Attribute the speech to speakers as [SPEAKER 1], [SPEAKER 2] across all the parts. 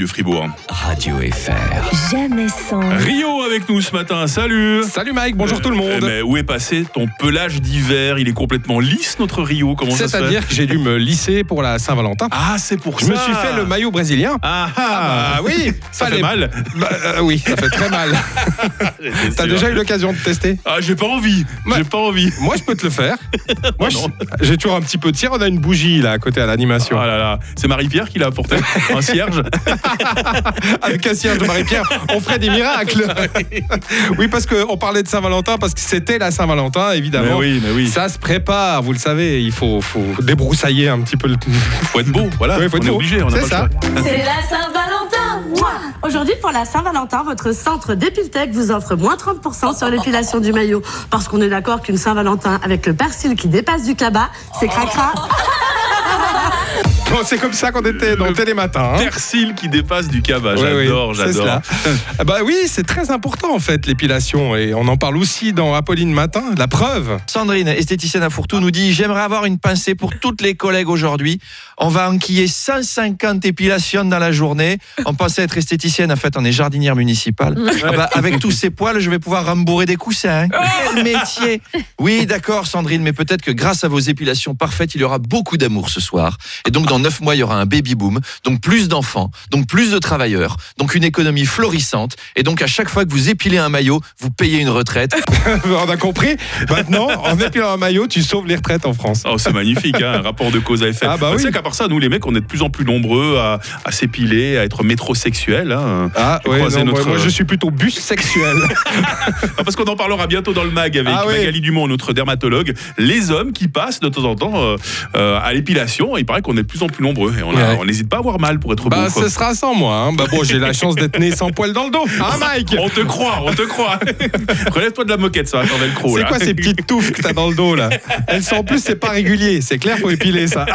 [SPEAKER 1] du Fribourg.
[SPEAKER 2] Radio FR.
[SPEAKER 3] Jamais sans.
[SPEAKER 1] Rio avec nous ce matin, salut
[SPEAKER 4] Salut Mike, bonjour tout le
[SPEAKER 1] Euh,
[SPEAKER 4] monde.
[SPEAKER 1] Mais où est passé ton pelage d'hiver Il est complètement lisse notre Rio, comment ça se fait
[SPEAKER 4] C'est-à-dire que j'ai dû me lisser pour la Saint-Valentin.
[SPEAKER 1] Ah, c'est pour
[SPEAKER 4] Je
[SPEAKER 1] ça
[SPEAKER 4] me suis fait le maillot brésilien.
[SPEAKER 1] Ah, ah,
[SPEAKER 4] Ah oui,
[SPEAKER 1] ça fait
[SPEAKER 4] fallait-
[SPEAKER 1] mal
[SPEAKER 4] Bah, euh, oui, ça fait très mal.
[SPEAKER 1] J'étais
[SPEAKER 4] T'as
[SPEAKER 1] sûr.
[SPEAKER 4] déjà eu l'occasion de tester
[SPEAKER 1] Ah, j'ai pas envie
[SPEAKER 4] Ouais.
[SPEAKER 1] J'ai pas envie
[SPEAKER 4] Moi, je peux te le faire. Moi, je-
[SPEAKER 1] Oh non.
[SPEAKER 4] j'ai toujours un petit peu de cire. On a une bougie là à côté à l'animation.
[SPEAKER 1] Ah là là, c'est Marie-Pierre qui l'a apporté, un cierge.
[SPEAKER 4] Avec un cierge de Marie-Pierre, on ferait des miracles.
[SPEAKER 1] Ah
[SPEAKER 4] oui, parce qu'on parlait de Saint-Valentin, parce que c'était la Saint-Valentin,
[SPEAKER 1] Mais
[SPEAKER 4] évidemment.
[SPEAKER 1] oui, mais oui.
[SPEAKER 4] Ça se prépare, vous le savez. Il faut, faut débroussailler un petit peu le.
[SPEAKER 1] Faut être beau, voilà.
[SPEAKER 4] Ouais, faut
[SPEAKER 1] on
[SPEAKER 4] être
[SPEAKER 1] est
[SPEAKER 4] beau.
[SPEAKER 1] obligé, on n'a pas
[SPEAKER 4] C'est ça.
[SPEAKER 1] le choix.
[SPEAKER 5] C'est la Saint-Valentin moi.
[SPEAKER 6] Aujourd'hui, pour la Saint-Valentin, votre centre Dépiltec vous offre moins 30% sur l'épilation du maillot. Parce qu'on est d'accord qu'une Saint-Valentin avec le persil qui dépasse du clabat, c'est cracra.
[SPEAKER 4] Bon, c'est comme ça qu'on était dans
[SPEAKER 1] Le-
[SPEAKER 4] Télématin. hein.
[SPEAKER 1] Persil qui dépasse du cabas,
[SPEAKER 4] Ouais, ouais,
[SPEAKER 1] j'adore,
[SPEAKER 4] c'est
[SPEAKER 1] j'adore.
[SPEAKER 4] cela. Ah bah oui, c'est très important en fait l'épilation et on en parle aussi dans Apolline Matin. La preuve.
[SPEAKER 7] Sandrine, esthéticienne à Fourtou, nous dit J'aimerais avoir une pensée pour toutes les collègues aujourd'hui. On va enquiller 150 épilations dans la journée. On pensait être esthéticienne, en fait, on est jardinière municipale. Ah bah, avec tous ces poils, je vais pouvoir rembourrer des coussins. hein. Quel métier Oui, d'accord, Sandrine, mais peut-être que grâce à vos épilations parfaites, il y aura beaucoup d'amour ce soir. Et donc, dans 9 mois, il y aura un baby-boom. Donc, plus d'enfants, donc plus de travailleurs, donc une économie florissante. Et donc, à chaque fois que vous épilez un maillot, vous payez une retraite.
[SPEAKER 4] on a compris. Maintenant, en épilant un maillot, tu sauves les retraites en France.
[SPEAKER 1] Oh, c'est magnifique, hein, un rapport de cause à effet.
[SPEAKER 4] Ah, bah
[SPEAKER 1] Tu
[SPEAKER 4] oui.
[SPEAKER 1] sais qu'à part ça, nous les mecs, on est de plus en plus nombreux à, à s'épiler, à être métrosexuels. hein.
[SPEAKER 4] Ah
[SPEAKER 1] J'ai croisé
[SPEAKER 4] moi,
[SPEAKER 1] notre-
[SPEAKER 4] moi, je suis plutôt bus sexuel.
[SPEAKER 1] Ah, parce qu'on en parlera bientôt dans le mag avec
[SPEAKER 4] Ah oui.
[SPEAKER 1] Magali Dumont, notre dermatologue. Les hommes qui passent de temps en temps euh, euh, à l'épilation, il paraît qu'on est de plus en plus nombreux. Et on a-
[SPEAKER 4] Ouais.
[SPEAKER 1] on n'hésite pas à avoir mal pour être
[SPEAKER 4] bah
[SPEAKER 1] beau. quoi.
[SPEAKER 4] ce sera sans moi. hein. Bah bon, j'ai la chance d'être né sans poils dans le dos. Hein Mike
[SPEAKER 1] On te croit, on te croit. Relève-toi de la moquette, ça va faire velcro.
[SPEAKER 4] C'est
[SPEAKER 1] Oh, là.
[SPEAKER 4] quoi ces petites touffes que t'as dans le dos là Elles sont en plus, c'est pas régulier. C'est clair, faut épiler ça.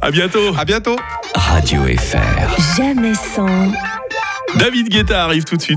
[SPEAKER 1] À bientôt.
[SPEAKER 4] Ah. À bientôt.
[SPEAKER 2] Radio FR.
[SPEAKER 3] Jamais sans.
[SPEAKER 1] David Guetta arrive tout de suite.